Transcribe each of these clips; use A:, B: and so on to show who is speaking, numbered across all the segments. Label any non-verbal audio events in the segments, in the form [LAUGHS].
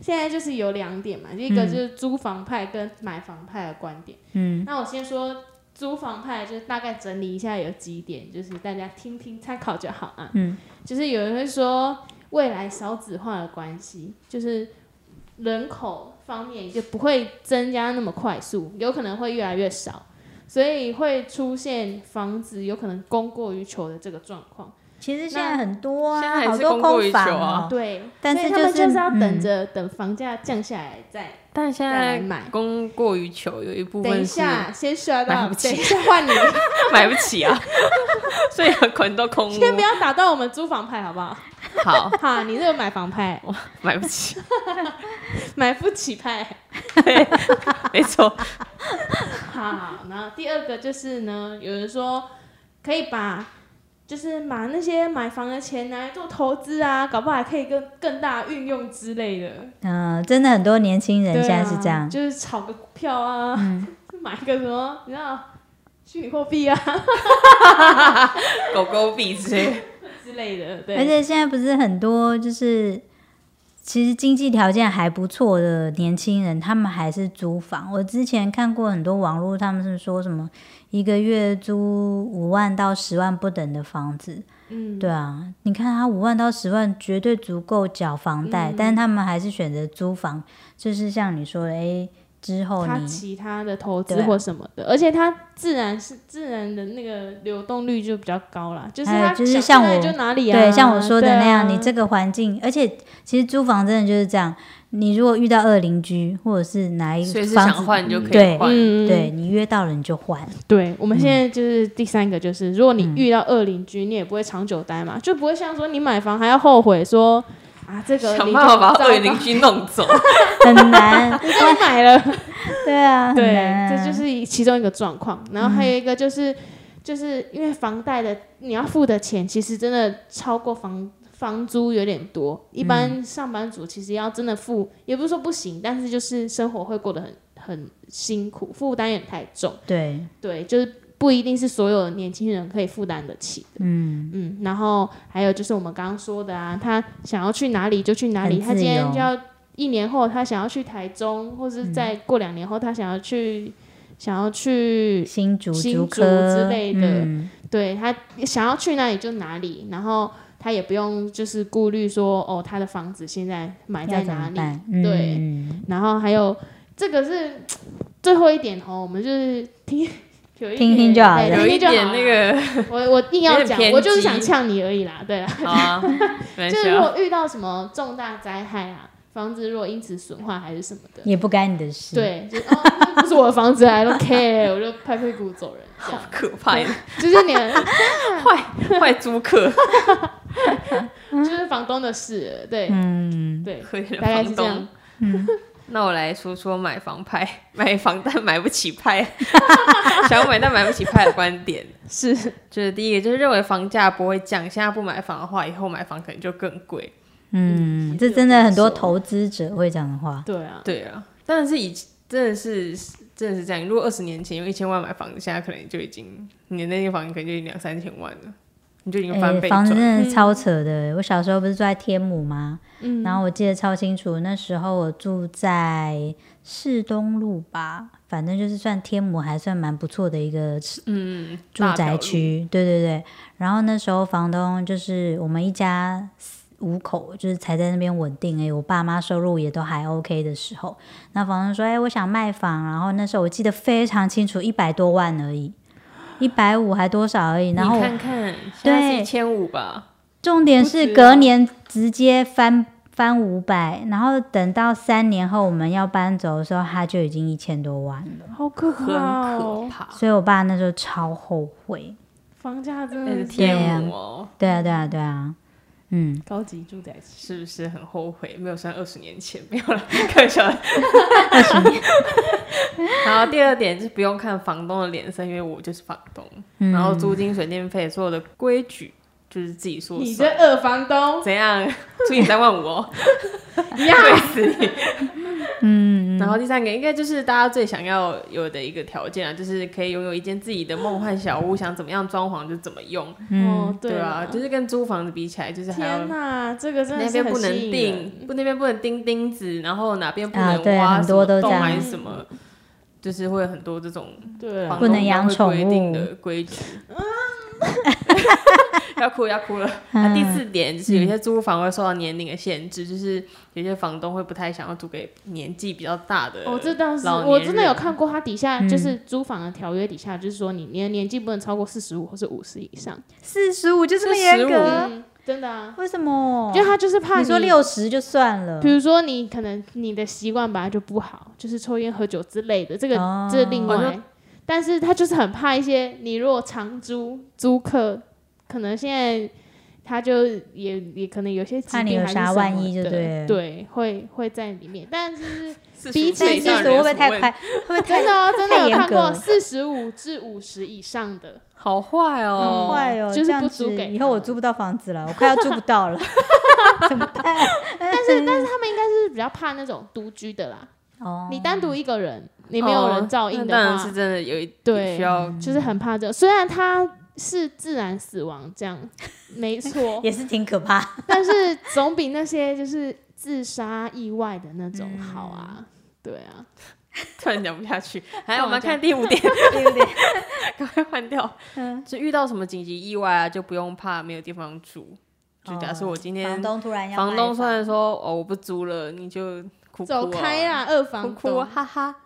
A: 现在就是有两点嘛，一个就是租房派跟买房派的观点。
B: 嗯，
A: 那我先说租房派，就是大概整理一下有几点，就是大家听听参考就好啊。
B: 嗯，
A: 就是有人会说未来少子化的关系，就是人口方面就不会增加那么快速，有可能会越来越少，所以会出现房子有可能供过于求的这个状况。
B: 其实现在很多
C: 现
B: 啊，
C: 在还
B: 好
C: 是
B: 多
C: 供过
B: 空
C: 于
B: 房
C: 求
B: 哦。
C: 啊
A: 对，
B: 但
A: 所以
B: 是
A: 他们
B: 就是
A: 就是要等
B: 嗯
A: 着、等房价降下来再
C: 但现
A: 再来
C: 在
A: 买
C: 供过于求，有一部
A: 等一
C: 分是
A: 下，先刷
C: 买
A: 到，
C: 不起
A: 等一下换你，
C: [LAUGHS] 买不起啊， [LAUGHS] 所以很多人都空屋。
A: 先不要打断我们租房派好不好？ [LAUGHS]
C: 好，
A: 好，你这个买房派，
C: 买
A: [LAUGHS]
C: 不起，
A: 买不起派。
C: 没错，
A: 好，然后第二个就是呢，有人说可以把就是把那些买房的钱拿来做投资啊，搞不好还可以更更大运用之类的。
B: 嗯、真的很多年轻人
A: 对
B: 现在是这
A: 啊、
B: 样。
A: 就是炒个股票啊，
C: 嗯
A: [LAUGHS] 买个什么，你知道虚拟货币啊 [LAUGHS]
C: 狗狗币之类的。
A: 之类的。对，
B: 而且现在不是很多就是。其实经济条件还不错的年轻人，他们还是租房。我之前看过很多网络，他们是说什么一个月租五万到十万不等的房子，
A: 嗯，
B: 对啊，你看他五万到十万绝对足够缴房贷，
A: 嗯
B: 但是他们还是选择租房，就是像你说的，哎，之后
A: 他
B: 你
A: 其他的投资
B: 对啊
A: 或什么的，而且他自然是自然的那个流动率就比较高啦，就是
B: 还有
A: 他
B: 哎就是
A: 想
B: 像
A: 去哪里
B: 我
A: 就哪里啊，
B: 对像我说的
A: 对啊
B: 那样，你这个环境，而且其实租房真的就是这样，你如果遇到恶邻居或者是哪一
C: 随
B: 个
C: 时
B: 房
C: 想
B: 子，
C: 换就可
B: 对
C: 以换。
A: 嗯，
B: 对你约到了你就换，
A: 对，我们现在就是第三个，就是
B: 嗯
A: 如果你遇到恶邻居，你也不会长久待嘛，就不会像说你买房还要后悔说啊这个
C: 想
A: 邻居
C: 办法把
A: 很糟
C: 恶
A: 糕
C: 邻居弄走，
B: 很
A: [LAUGHS]
B: 难，
A: 你都买了，
B: 对啊，很
A: 对，
B: 难嗯
A: 这就是其中一个状况。然后还有一个就是，就是因为房贷的你要付的钱，其实真的超过房房租有点多。一般
B: 嗯
A: 上班族其实要真的付，也不是说不行，但是就是生活会过得很很辛苦，负担也太重。
B: 对，
A: 对，就是不一定是所有年轻人可以负担得起的。
B: 嗯，
A: 嗯，然后还有就是我们刚刚说的啊，他想要去哪里就去哪里，
B: 很
A: 他今天
B: 自由嗯
A: 就要一年后他想要去台中，或是再过两年后他想要去、想要去，
B: 新竹
A: 新
B: 竹
A: 竹
B: 科
A: 之类的
B: 嗯
A: 对他想要去哪里就哪里，然后他也不用就是顾虑说哦他的房子现在买
B: 要
A: 在
B: 怎
A: 哪
B: 么
A: 里，
B: 办？
A: 对
B: 嗯，
A: 然后还有这个是最后一点哦，我们就是听。 [LAUGHS] 有一
B: 听
A: 点
B: 听就好了
A: 对
C: [LAUGHS] 有一
A: 听听就好
C: 点那个
A: 了，我我硬要
C: 有点
A: 讲，
C: 偏
A: 我就是
C: 激
A: 想呛你而已啦，对啦，
C: 好啊，没
A: 就
C: 事
A: 是如
C: 啊。
A: 果遇到什么重大灾害啊，房子如果因此损坏还是什么的，
B: 也不干你的事，，
A: 对，就是哦，这不是我的房子，I 啊 [LAUGHS] don't care，我就拍屁股走人，这样
C: 好可怕呀，
A: 就是你的
C: 坏坏租客，
A: 就是房东的事了，对、
B: 嗯，
A: 对，
C: 可怜的
A: 大概是
C: 房
A: 这样
C: 东。。那我来说说买房派、买房但买不起派， [LAUGHS] 想要买但买不起派的观点。
A: 是，
C: 就是第一个就是认为房价不会降，现在不买房的话，以后买房可能就更贵。
B: 嗯，
A: 嗯
B: 这
A: 是有
B: 真的
A: 感
B: 很多
A: 受
B: 投资者会讲的话，
A: 对啊，
C: 对啊，但是以真的是真的是这样。如果二十年前用一千万买房子，现在可能就已经你的那间房可能就已经两三千万了，你就已经翻
B: 诶哎
C: 倍
B: 房
C: 赚。
B: 子真的
A: 嗯
B: 超扯的。我小时候不是住在天母吗？
A: 嗯，
B: 然后我记得超清楚，那时候我住在市东路吧，反正就是算天母还算蛮不错的一个
C: 嗯，
B: 住
C: 大条
B: 宅
C: 路，
B: 区，对对对。然后那时候房东就是我们一家四五口，就是才在那边稳定哎、我爸妈收入也都还 OK 的时候，那房东说：“哎、我想卖房。”然后那时候我记得非常清楚，一百多万而已，一百五还多少而已。
C: 你
B: 然后
C: 看看，现在
B: 对
C: 是一千五吧，
B: 重点是
A: 不止啊
B: 隔年直接翻翻五百，然后等到三年后我们要搬走的时候，他就已经一千多万了。
A: 好可
C: 很
A: 怕
C: 可
A: 哦，
C: 怕。
B: 所以我爸那时候超后悔。
A: 房价真
C: 但是
A: 的是
C: 哎天母哦，
B: 对啊，对啊，对啊，嗯，
A: 高级住宅区，
C: 是不是很后悔没有算二十年前？没有了，开玩笑。二十年。 [LAUGHS] 然后第二点是不用看房东的脸色，因为我就是房东。
B: 嗯
C: 然后租金、水电费所有的规矩就是自己说
A: 你
C: 算。
A: 这二房东 [LAUGHS]
C: 怎样？租你三万五哦，
A: 呀，
C: 对死你！
B: [LAUGHS] 嗯
C: 然后第三个应该就是大家最想要有的一个条件啊，就是可以拥有一间自己的梦幻小屋，想怎么样装潢就怎么用，
A: 哦，
C: 对啊，
A: 啊，
C: 就是跟租房子比起来，就是还要
A: 天哪，这个真的
C: 那
A: 啊是
C: 边
A: 很
C: 不能
A: 吸引人
C: 钉，不那边不能钉钉子，然后哪边不
B: 啊
C: 能
B: 对
C: 挖
B: 很
C: 什
B: 多
C: 么
B: 都这
C: 洞
B: 样
C: 还是什么，就是会有很多这种
A: 对啊
C: 房
B: 不
C: 东
B: 能养
C: 他会
B: 宠
C: 规定
B: 物
C: 的
B: [LAUGHS]
C: 规矩。要哭了要哭了！
B: 嗯
C: 啊，第四点就是有一些租房会受到年龄的限制，就是有些房东会不太想要租给年纪比较大的。
A: 哦，这倒是，
C: 老年
A: 我真的有
C: 人
A: 看过他底下、
B: 嗯
A: 就是租房的条约底下，就是说你你的年纪不能超过四十五或是五十以上。
B: 四十五就这么
C: 是
B: 严格
C: 15？
A: 嗯，真的啊，
B: 为什么？
A: 因为他嗯就是怕
B: 哦你说六十就算了
A: 比，如说你可能你的习惯本来就不好，就是抽烟喝酒之类的，这个、
B: 哦
A: 这另
C: 哦
A: 外。但是他就是很怕一些你如果长租租客，可能现在他就也也可能有些疾
B: 怕你
A: 病
B: 有
A: 还是
B: 啥
A: 什么
B: 万一就
A: 的
B: 对了
A: 对，会会在里面。但是比
C: 45
A: 起
C: 岁以
B: 四
C: 上
B: 十
C: 的
B: 会
C: 人
B: 不会
C: 什么
B: 太
C: 问
B: 快？会不会太
A: 真的啊，真的
B: 太
A: 有
B: 严
A: 看
B: 格
A: 过
B: 了
A: 四十五至五十以上的，
C: 好坏哦！
B: 坏哦？
A: 就是
B: 这样
A: 不租
B: 子
A: 给
B: 以
A: 他
B: 后我
A: 们
B: 租不到房子了，我快要租不到 [LAUGHS] 了，怎么办？
A: 就是比较怕那种独居的啦。
B: 哦，
A: 你单独一个人，你没有人照应
C: 哦那
A: 的话，
C: 当然是真的有一
A: 对
C: 需要
A: 就是很怕这个。虽然他是自然死亡这样，没错，
B: [LAUGHS] 也是挺可怕。
A: 但是总比那些就是自杀意外的那种好啊。对啊，
C: 突然讲不下
A: [LAUGHS]
C: 去。来，
A: 干嘛
C: 我们
A: 这样
C: 看第五点，
B: 对不对？
C: [LAUGHS] 赶快换掉。
A: 嗯
C: 就遇到什么紧急意外啊，就不用怕没有地方住。就假
A: 哦
C: 设我今天
B: 房东突然要
C: 房
B: 卖
C: 东虽
B: 房
C: 然说哦我不租了，你就哭哭、啊、
A: 走开啦，二
C: 哭
A: 房
C: 哭
B: 啊
A: 东。
C: 哈哈，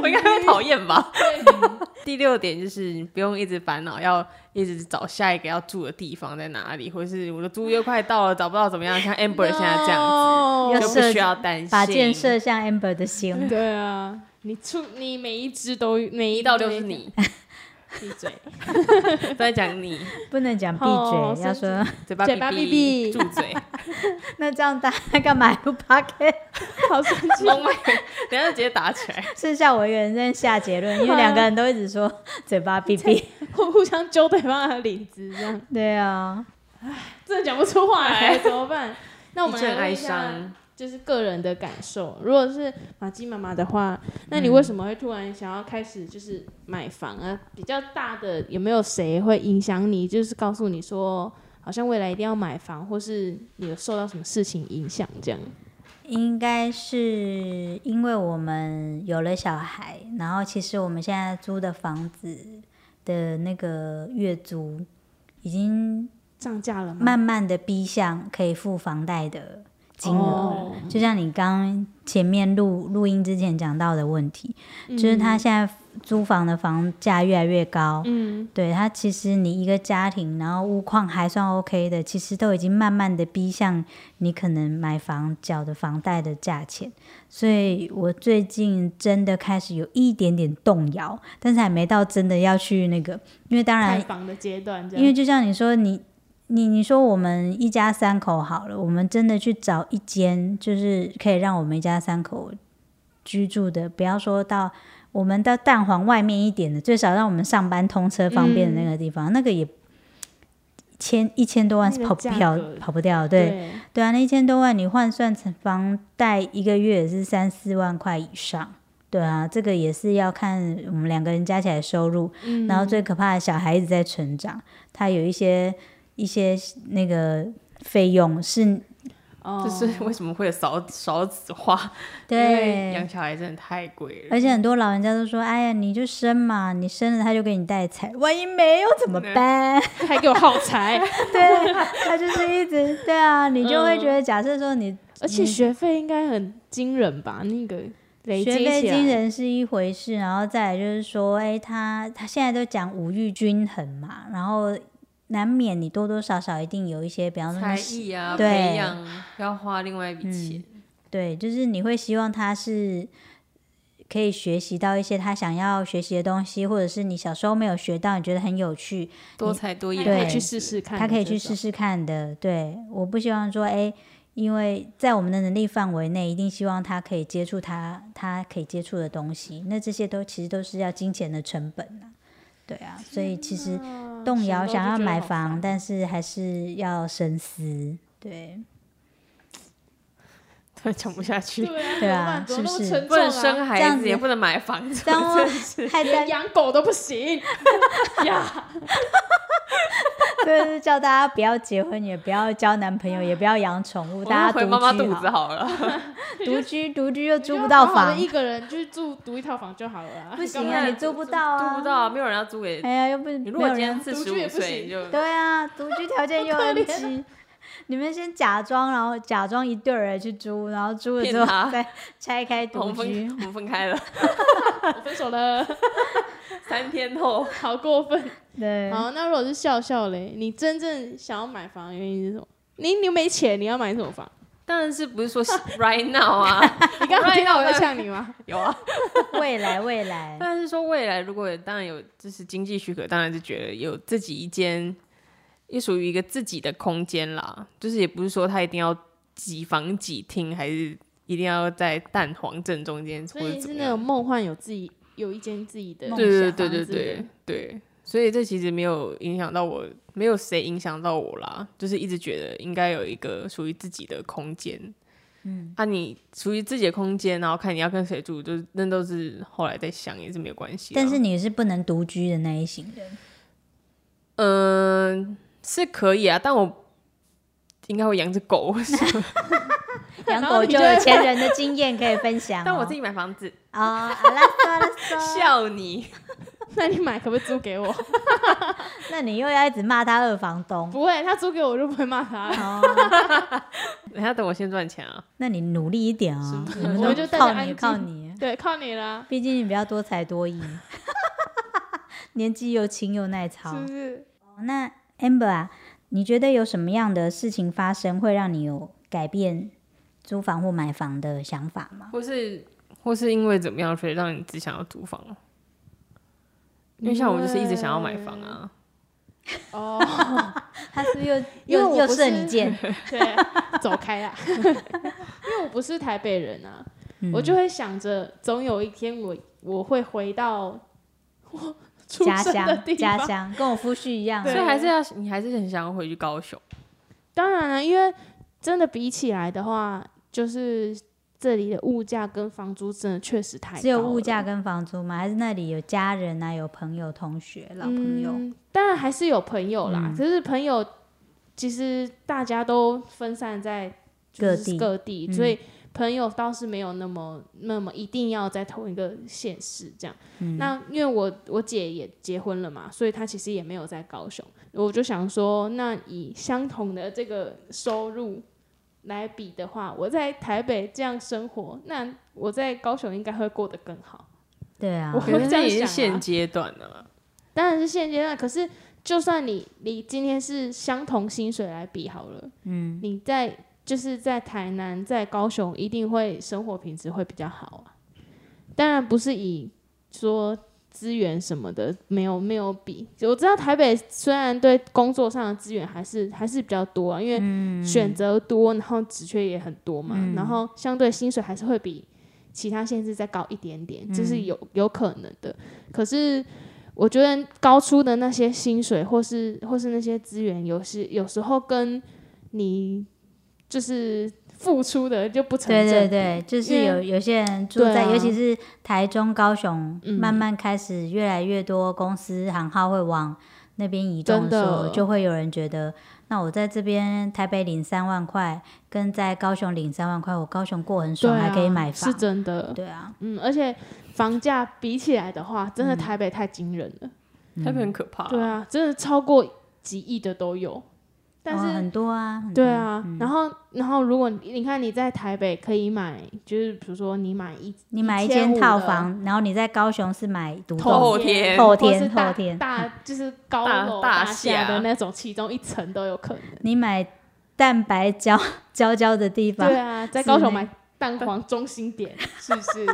C: 我应该会讨厌吧。 [LAUGHS] 第六点就是你不用一直烦恼，要一直找下一个要住的地方在哪里，或是我的租约快到了，找不到怎么样，像 Amber 现在这样
A: 样 [LAUGHS]
B: 要
C: 子，就不
B: 设
C: 需要担心。
B: 把箭射向 Amber 的心，
A: 对啊，你出你每一只都每
C: 一
A: 一
C: 到六是，你，
A: 闭嘴。
C: 都在讲你，
B: 不能讲闭
A: 哦
B: 嘴，要说 [LAUGHS]
C: 嘴巴
A: 嘴巴
C: 闭
A: 闭闭
C: 住
A: [LAUGHS]
C: 嘴。
B: 那这样大家干嘛不 p o c a
A: 好生
C: [LAUGHS]
A: 气，
C: Oh my，god，等一下就直接打起来。
B: 剩下我一个人在下结论，
A: [LAUGHS]
B: 因为两个人都一直说 [LAUGHS] 嘴巴闭闭。
A: 互 [LAUGHS] 互相揪对方的领子这样。
B: 对啊，
A: [LAUGHS] 真的讲不出话 [LAUGHS] 来，怎么办？那我们
C: 一阵
A: 来问
C: 哀
A: 一下，
C: 伤，
A: 就是个人的感受。如果是马姬妈妈的话，那
B: 嗯
A: 你为什么会突然想要开始就是买房啊？比较大的有没有谁会影响你？就是告诉你说，好像未来一定要买房，或是你有受到什么事情影响这样？
B: 应该是因为我们有了小孩，然后其实我们现在租的房子的那个月租已经
A: 涨价了吗？
B: 慢慢的逼向可以付房贷的金额了。
A: 哦
B: 就像你刚前面录录音之前讲到的问题，
A: 嗯
B: 嗯就是他现在租房的房价越来越高，
A: 嗯，
B: 对他其实你一个家庭，然后屋况还算 OK 的，其实都已经慢慢的逼向你可能买房缴的房贷的价钱，所以我最近真的开始有一点点动摇，但是还没到真的要去那个，因为当
A: 看
B: 然
A: 房的阶段这
B: 因为
A: 样。
B: 就像你说，你你你说我们一家三口好了，我们真的去找一间就是可以让我们一家三口居住的，不要说到我们到蛋黄外面一点的，最少让我们上班通车方便的
A: 嗯
B: 那个地方，那个也千一千多万是
A: 那个
B: 跑不
A: 价
B: 掉
A: 格，
B: 跑不掉。对对啊，那一千多万你换算成房贷一个月也是三四万块以上。对啊，这个也是要看我们两个人加起来收入，
A: 嗯
B: 然后最可怕的小孩一直在成长，他有一些一些那个费用是，
A: 哦，
C: 就是为什么会有少少子化？因为
B: 对
C: 养，小孩真的太贵了
B: 而。且
C: [LAUGHS]
B: 很多老人家都说，哎呀，你就生嘛，你生了他就给你带财，万一没有怎么
A: [LAUGHS]
B: 办？
A: 还给
B: [LAUGHS]
A: 我耗材，
B: 对，他就是一直对啊，你就会觉
A: 嗯
B: 得，假设说你
A: 而且学费应该很惊人吧？那个累积
B: 学费
A: 起来
B: 惊人是一回事，然后再来就是说，哎，他他现在都讲五育均衡嘛，然后难免你多多少少一定有一些，比方说
C: 才
B: 你
C: 艺啊，
B: 对嗯
C: 培养要花另外一笔钱。
B: 对，就是你会希望他是可以学习到一些他想要学习的东西，或者是你小时候没有学到，你觉得很有趣，
C: 多才多艺，
A: 他可
B: 对
A: 以去试试看，
B: 他可以去试。试看的。对，我不希望说，哎，因为在我们的能力范围内，一定希望他可以接触他他可以接触的东西。那这些都其实都是要金钱的成本啊。对啊，所以其实动摇想要买房，
C: [LAUGHS]
B: 但是还是要深思。对，
C: 突然讲不下去，
A: 对啊，
B: 对啊
A: 怎么办
B: 是不是
A: 怎么
C: 不能
A: 那么沉重
C: 生
A: 啊？
B: 这
C: 孩
B: 样
C: 子，
B: 子
C: 也不能买房子，
B: 这样
C: 真的
B: 会害
A: 连
B: 大家，
A: 养狗都不行 [LAUGHS] 呀！
C: [LAUGHS]
B: 就是叫大家不要结婚，也不要交男朋友，也不要养宠物，
C: 我
B: 大
C: 们
B: 家
C: 回妈妈
B: 独
C: 肚
B: 居
C: 子啊
B: 好，
C: 好了。
B: 独居独居又租不
A: 你就
B: 到
A: 好好地
C: [LAUGHS]
B: 房，
A: 一个人去住独一套房就好了啊。
B: 不行
A: 干
B: 啊，
A: 嘛
B: 你租不到啊，
C: 租不到啊，没有人要租给
B: 哎呀，又不是
C: 你。
B: 没
C: 如果
B: 有
C: 今
B: 人
C: 天四
A: 独
C: 十
A: 居也
C: 五
A: 不
C: 岁，你
A: 行
C: 就
B: 对啊，独居条件
C: [LAUGHS]
B: 又很低。你们先假装，然后假装一对儿人去租，然后租了之
C: 骗
B: 后 [LAUGHS]
C: 他
B: 再拆开
C: 我
B: 独
C: 们
B: 居
C: 分。我们分开了，
A: 我分手了， [LAUGHS]
C: 三天后
A: 好过分。
B: 对，
A: 好，那如果是笑笑嘞，你真正想要买房的原因是什么？你你又没钱，你要买什么
C: [LAUGHS]
A: 房？
C: 当然是不是 [LAUGHS] 说 right now 啊，
A: 你刚刚
C: Right
A: 听到
C: now
A: 我在
C: 在
A: 呛你吗？
C: 有啊，
B: 未来未
C: [LAUGHS]
B: 来，
C: 当然是说未来如果当然有就是经济许可，当然是觉得有自己一间，也属于一个自己的空间啦，就是也不是说他一定要几房几厅，还是一定要在蛋黄正中间
A: 所
C: 或
A: 以
C: 者
A: 你是
C: 怎么
A: 那
C: 样
A: 种。梦幻有自己有一间自己的
B: 梦
C: 对对
A: 小
C: 对
A: 房
C: 对
A: 子
C: 对对，所以这其实没有影响到我，没有谁影响到我啦，就是一直觉得应该有一个属于自己的空间。嗯，啊，你属于自己的空间，然后看你要跟谁住，就是那都是后来再想，也是没有关系啦。
B: 但是你是不能独居的那一型
C: [LAUGHS]
B: 人。
C: 嗯、是可以啊，但我应该会养只狗，
B: 养
A: 然后
B: 狗
A: 你
B: 就
A: 就
B: 有
A: 会
B: 钱人的经验可以分享哦。
C: [LAUGHS] 但我自己买房子，
B: 啊，阿拉斯阿拉
C: [LAUGHS]
B: 斯，
C: 笑你。
A: [LAUGHS] 那你买可不可以租给我？
B: 那你又要一直骂他二房东
A: 不会，他租给我我就不会
B: [LAUGHS]
A: 骂他了。
B: 哦？
C: 人家等我先赚钱啊，
B: 那你努力一点啊！
A: 是
B: 你
A: 我们
B: 都
A: 就大家
B: 靠
A: 安
B: 你
A: 静
B: 靠你，
A: 对，靠你啦，
B: 毕竟你比较多才多艺， [LAUGHS] 年纪又轻又耐操
A: 是。不是？
B: 那 Amber 啊，你觉得有什么样的事情发生会让你有改变租房或买房的想法吗？
C: 或是或是因为怎么样，所以让你只想要租房？因为像我就是一直想要买房啊。
A: 哦，
B: [LAUGHS] 他是不是又
A: [LAUGHS] 因为
B: 又
A: 我
B: 又
A: 不
B: 射
A: 是
B: 你箭？
A: [LAUGHS] 对，走开
B: [LAUGHS]
A: 啦，因为我不是台北人啊，
B: 嗯
A: 我就会想着总有一天我我会回到 [LAUGHS] 我出
B: 家
A: 生的
B: 乡
A: 地
B: 家
A: 方。
B: 乡，跟我夫婿一样啊，
C: 所
A: 对
C: 以还是要你还是很想要回去高雄，
A: 当然了，因为真的比起来的话，就是这里的物价跟房租真的确实太高了
B: 只有物价跟房租吗？还是那里有家人啊，有朋友、同学、老朋友？嗯
A: 嗯，当然还是有朋友啦，可是朋友其实大家都分散在就
B: 各
A: 是
B: 地
A: 各地，
B: 嗯
A: 所以朋友倒是没有那么那么一定要在同一个县市这样。
B: 嗯
A: 那因为我我姐也结婚了嘛，所以她其实也没有在高雄，我就想说，那以相同的这个收入。来比的话，我在台北这样生活，那我在高雄应该会过得更好。
B: 对啊
A: 我，
C: 可是
A: 这样
C: 也是
A: 想啊
C: 现阶段啊。
A: 当然是现阶段，可是就算你你今天是相同薪水来比好了，嗯，你在就是在台南、在高雄，一定会生活品质会比较好啊。当然不是以说资源什么的没有没有比，我知道台北虽然对工作上的资源还是还是比较多啊，因
B: 嗯
A: 为选择多，然后职缺也很多嘛，然后相对薪水还是会比其他县市再高一点点，
B: 嗯
A: 这是有有可能的。可是我觉得高出的那些薪水，或是或是那些资源，有时有时候跟你就是付出的就不成
B: 对对
A: 正比
B: 对，就是
A: 因
B: 有
A: 为
B: 有些人住
A: 对
B: 在，尤
A: 啊
B: 其是台中、高雄，
A: 嗯
B: 慢慢开始越来越多公司行号会往那边移动的
A: 真的
B: 时候，就会有人觉得，那我在这边台北领三万块，跟在高雄领三万块，我高雄过很
A: 对
B: 爽，还可以
A: 啊
B: 买
A: 是
B: 房。
A: 真的。
B: 对啊，
A: 嗯，而且房价比起来的话，
B: 嗯
A: 真的台北太惊人了。
C: 台北很可怕、
A: 对，啊，真的超过几亿的都有。但
B: 哦
A: 是、
B: 很多啊，很
A: 对
B: 多，
A: 啊，然后然后如果你你看你在台北可以买，就是比如说你买一
B: 你买一间
A: 1500
B: 套
A: 的
B: 房，然后你在高雄是买独栋
C: 透
A: 透，
C: 天
A: 天、
B: 透
A: 或
B: 天
A: 是大
B: 透天 [LAUGHS]
A: 大就是高
C: 大
A: 楼大
C: 大
A: 厦
C: 厦
A: 的那种，其中一层都有可能。
B: 你买蛋白胶胶胶的地方
A: 对，啊，在
B: 是
A: 高
B: 那
A: 雄买蛋黄中心点，是不是？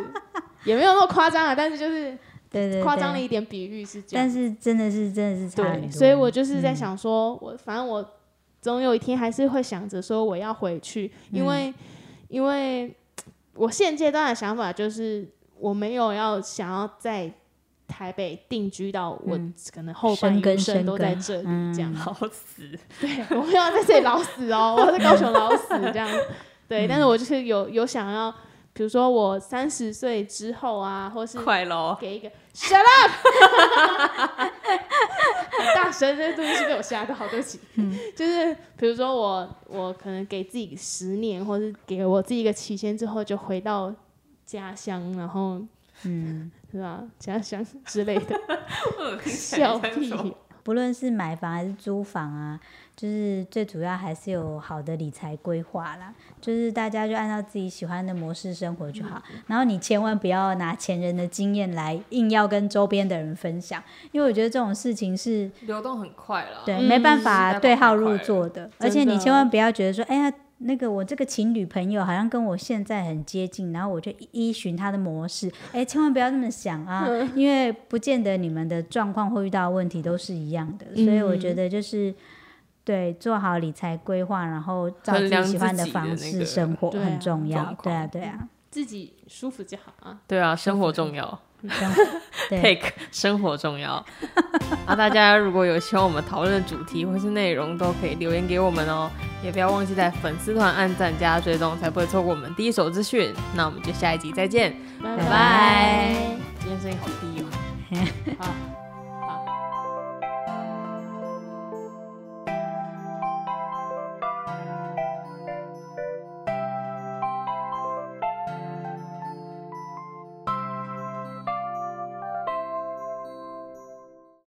A: 也没有那么夸张啊，但是就是
B: 对对
A: 夸张了
B: 对，
A: 一点比喻是这样
B: 但。是真的是真的是差很
A: 对，
B: 多，嗯
A: 所以我就是在想说，我反正我总有一天还是会想着说我要回去，
B: 嗯
A: 因为、因为我现阶段的想法就是我没有要想要在台北定居到我
B: 嗯
A: 可能后
B: 深
A: 半
B: 根
A: 余生
B: 深
A: 都在
B: 根嗯
A: 这里这样。
C: 好死。
B: [LAUGHS]
A: 对，我没有要在这里老死哦，我要在高雄老死这样。对，但是
B: 嗯
A: 我就是有有想要，比如说我三十岁之后啊，或是
C: 快
B: 哦
C: 咯，
A: 给一个 shut up，很大声，这东西被我吓到，对不起。
B: 嗯
A: 就是比如说我，我可能给自己十年，或是给我自己一个期限之后，就回到家乡，然后
B: 嗯，
A: [LAUGHS] 是吧，家乡之
B: [LAUGHS]
A: 类的，笑
C: [LAUGHS] 笑
A: 屁。
B: 不论是买房还是租房啊，就是最主要还是有好的理财规划啦。就是大家就按照自己喜欢的模式生活就好，然后你千万不要拿前人的经验来硬要跟周边的人分享，因为我觉得这种事情是
C: [LAUGHS] 流动很快了。
B: 对、
A: 嗯
B: 没办
C: 时代
B: 法
C: 跑
B: 对
C: 太
B: 号
C: 快
B: 入
C: 了
B: 座的，而且
A: 真
B: 你
A: 的
B: 千万不要觉得说，哎呀。那个我这个情侣朋友好像跟我现在很接近，然后我就依循他的模式，哎，千万不要这么想啊，
C: 嗯
B: 因为不见得你们的状况会遇到的问题都是一样的，所以我觉
A: 嗯
B: 得就是对做好理财规划，然后照
C: 衡
B: 自己
C: 量
B: 喜
C: 自
B: 欢
C: 己的
B: 方
C: 那
B: 式
C: 个
B: 生活
A: 对
B: 很
A: 啊
B: 重要
C: 状，
B: 对啊
C: 况
B: 对啊，
A: 自己舒服就好啊。
C: 对啊，生活重要 [LAUGHS]
B: 生活对
C: ，take 生活重要。 [LAUGHS] 啊，大家如果有希望我们讨论的主题或是内容，都可以留言给我们哦。也不要忘记在粉丝团按赞加追踪，才不会错过我们第一手资讯。那我们就下一集再见。
A: 拜
B: 拜
A: 拜。
C: 今天声音好低哦。好，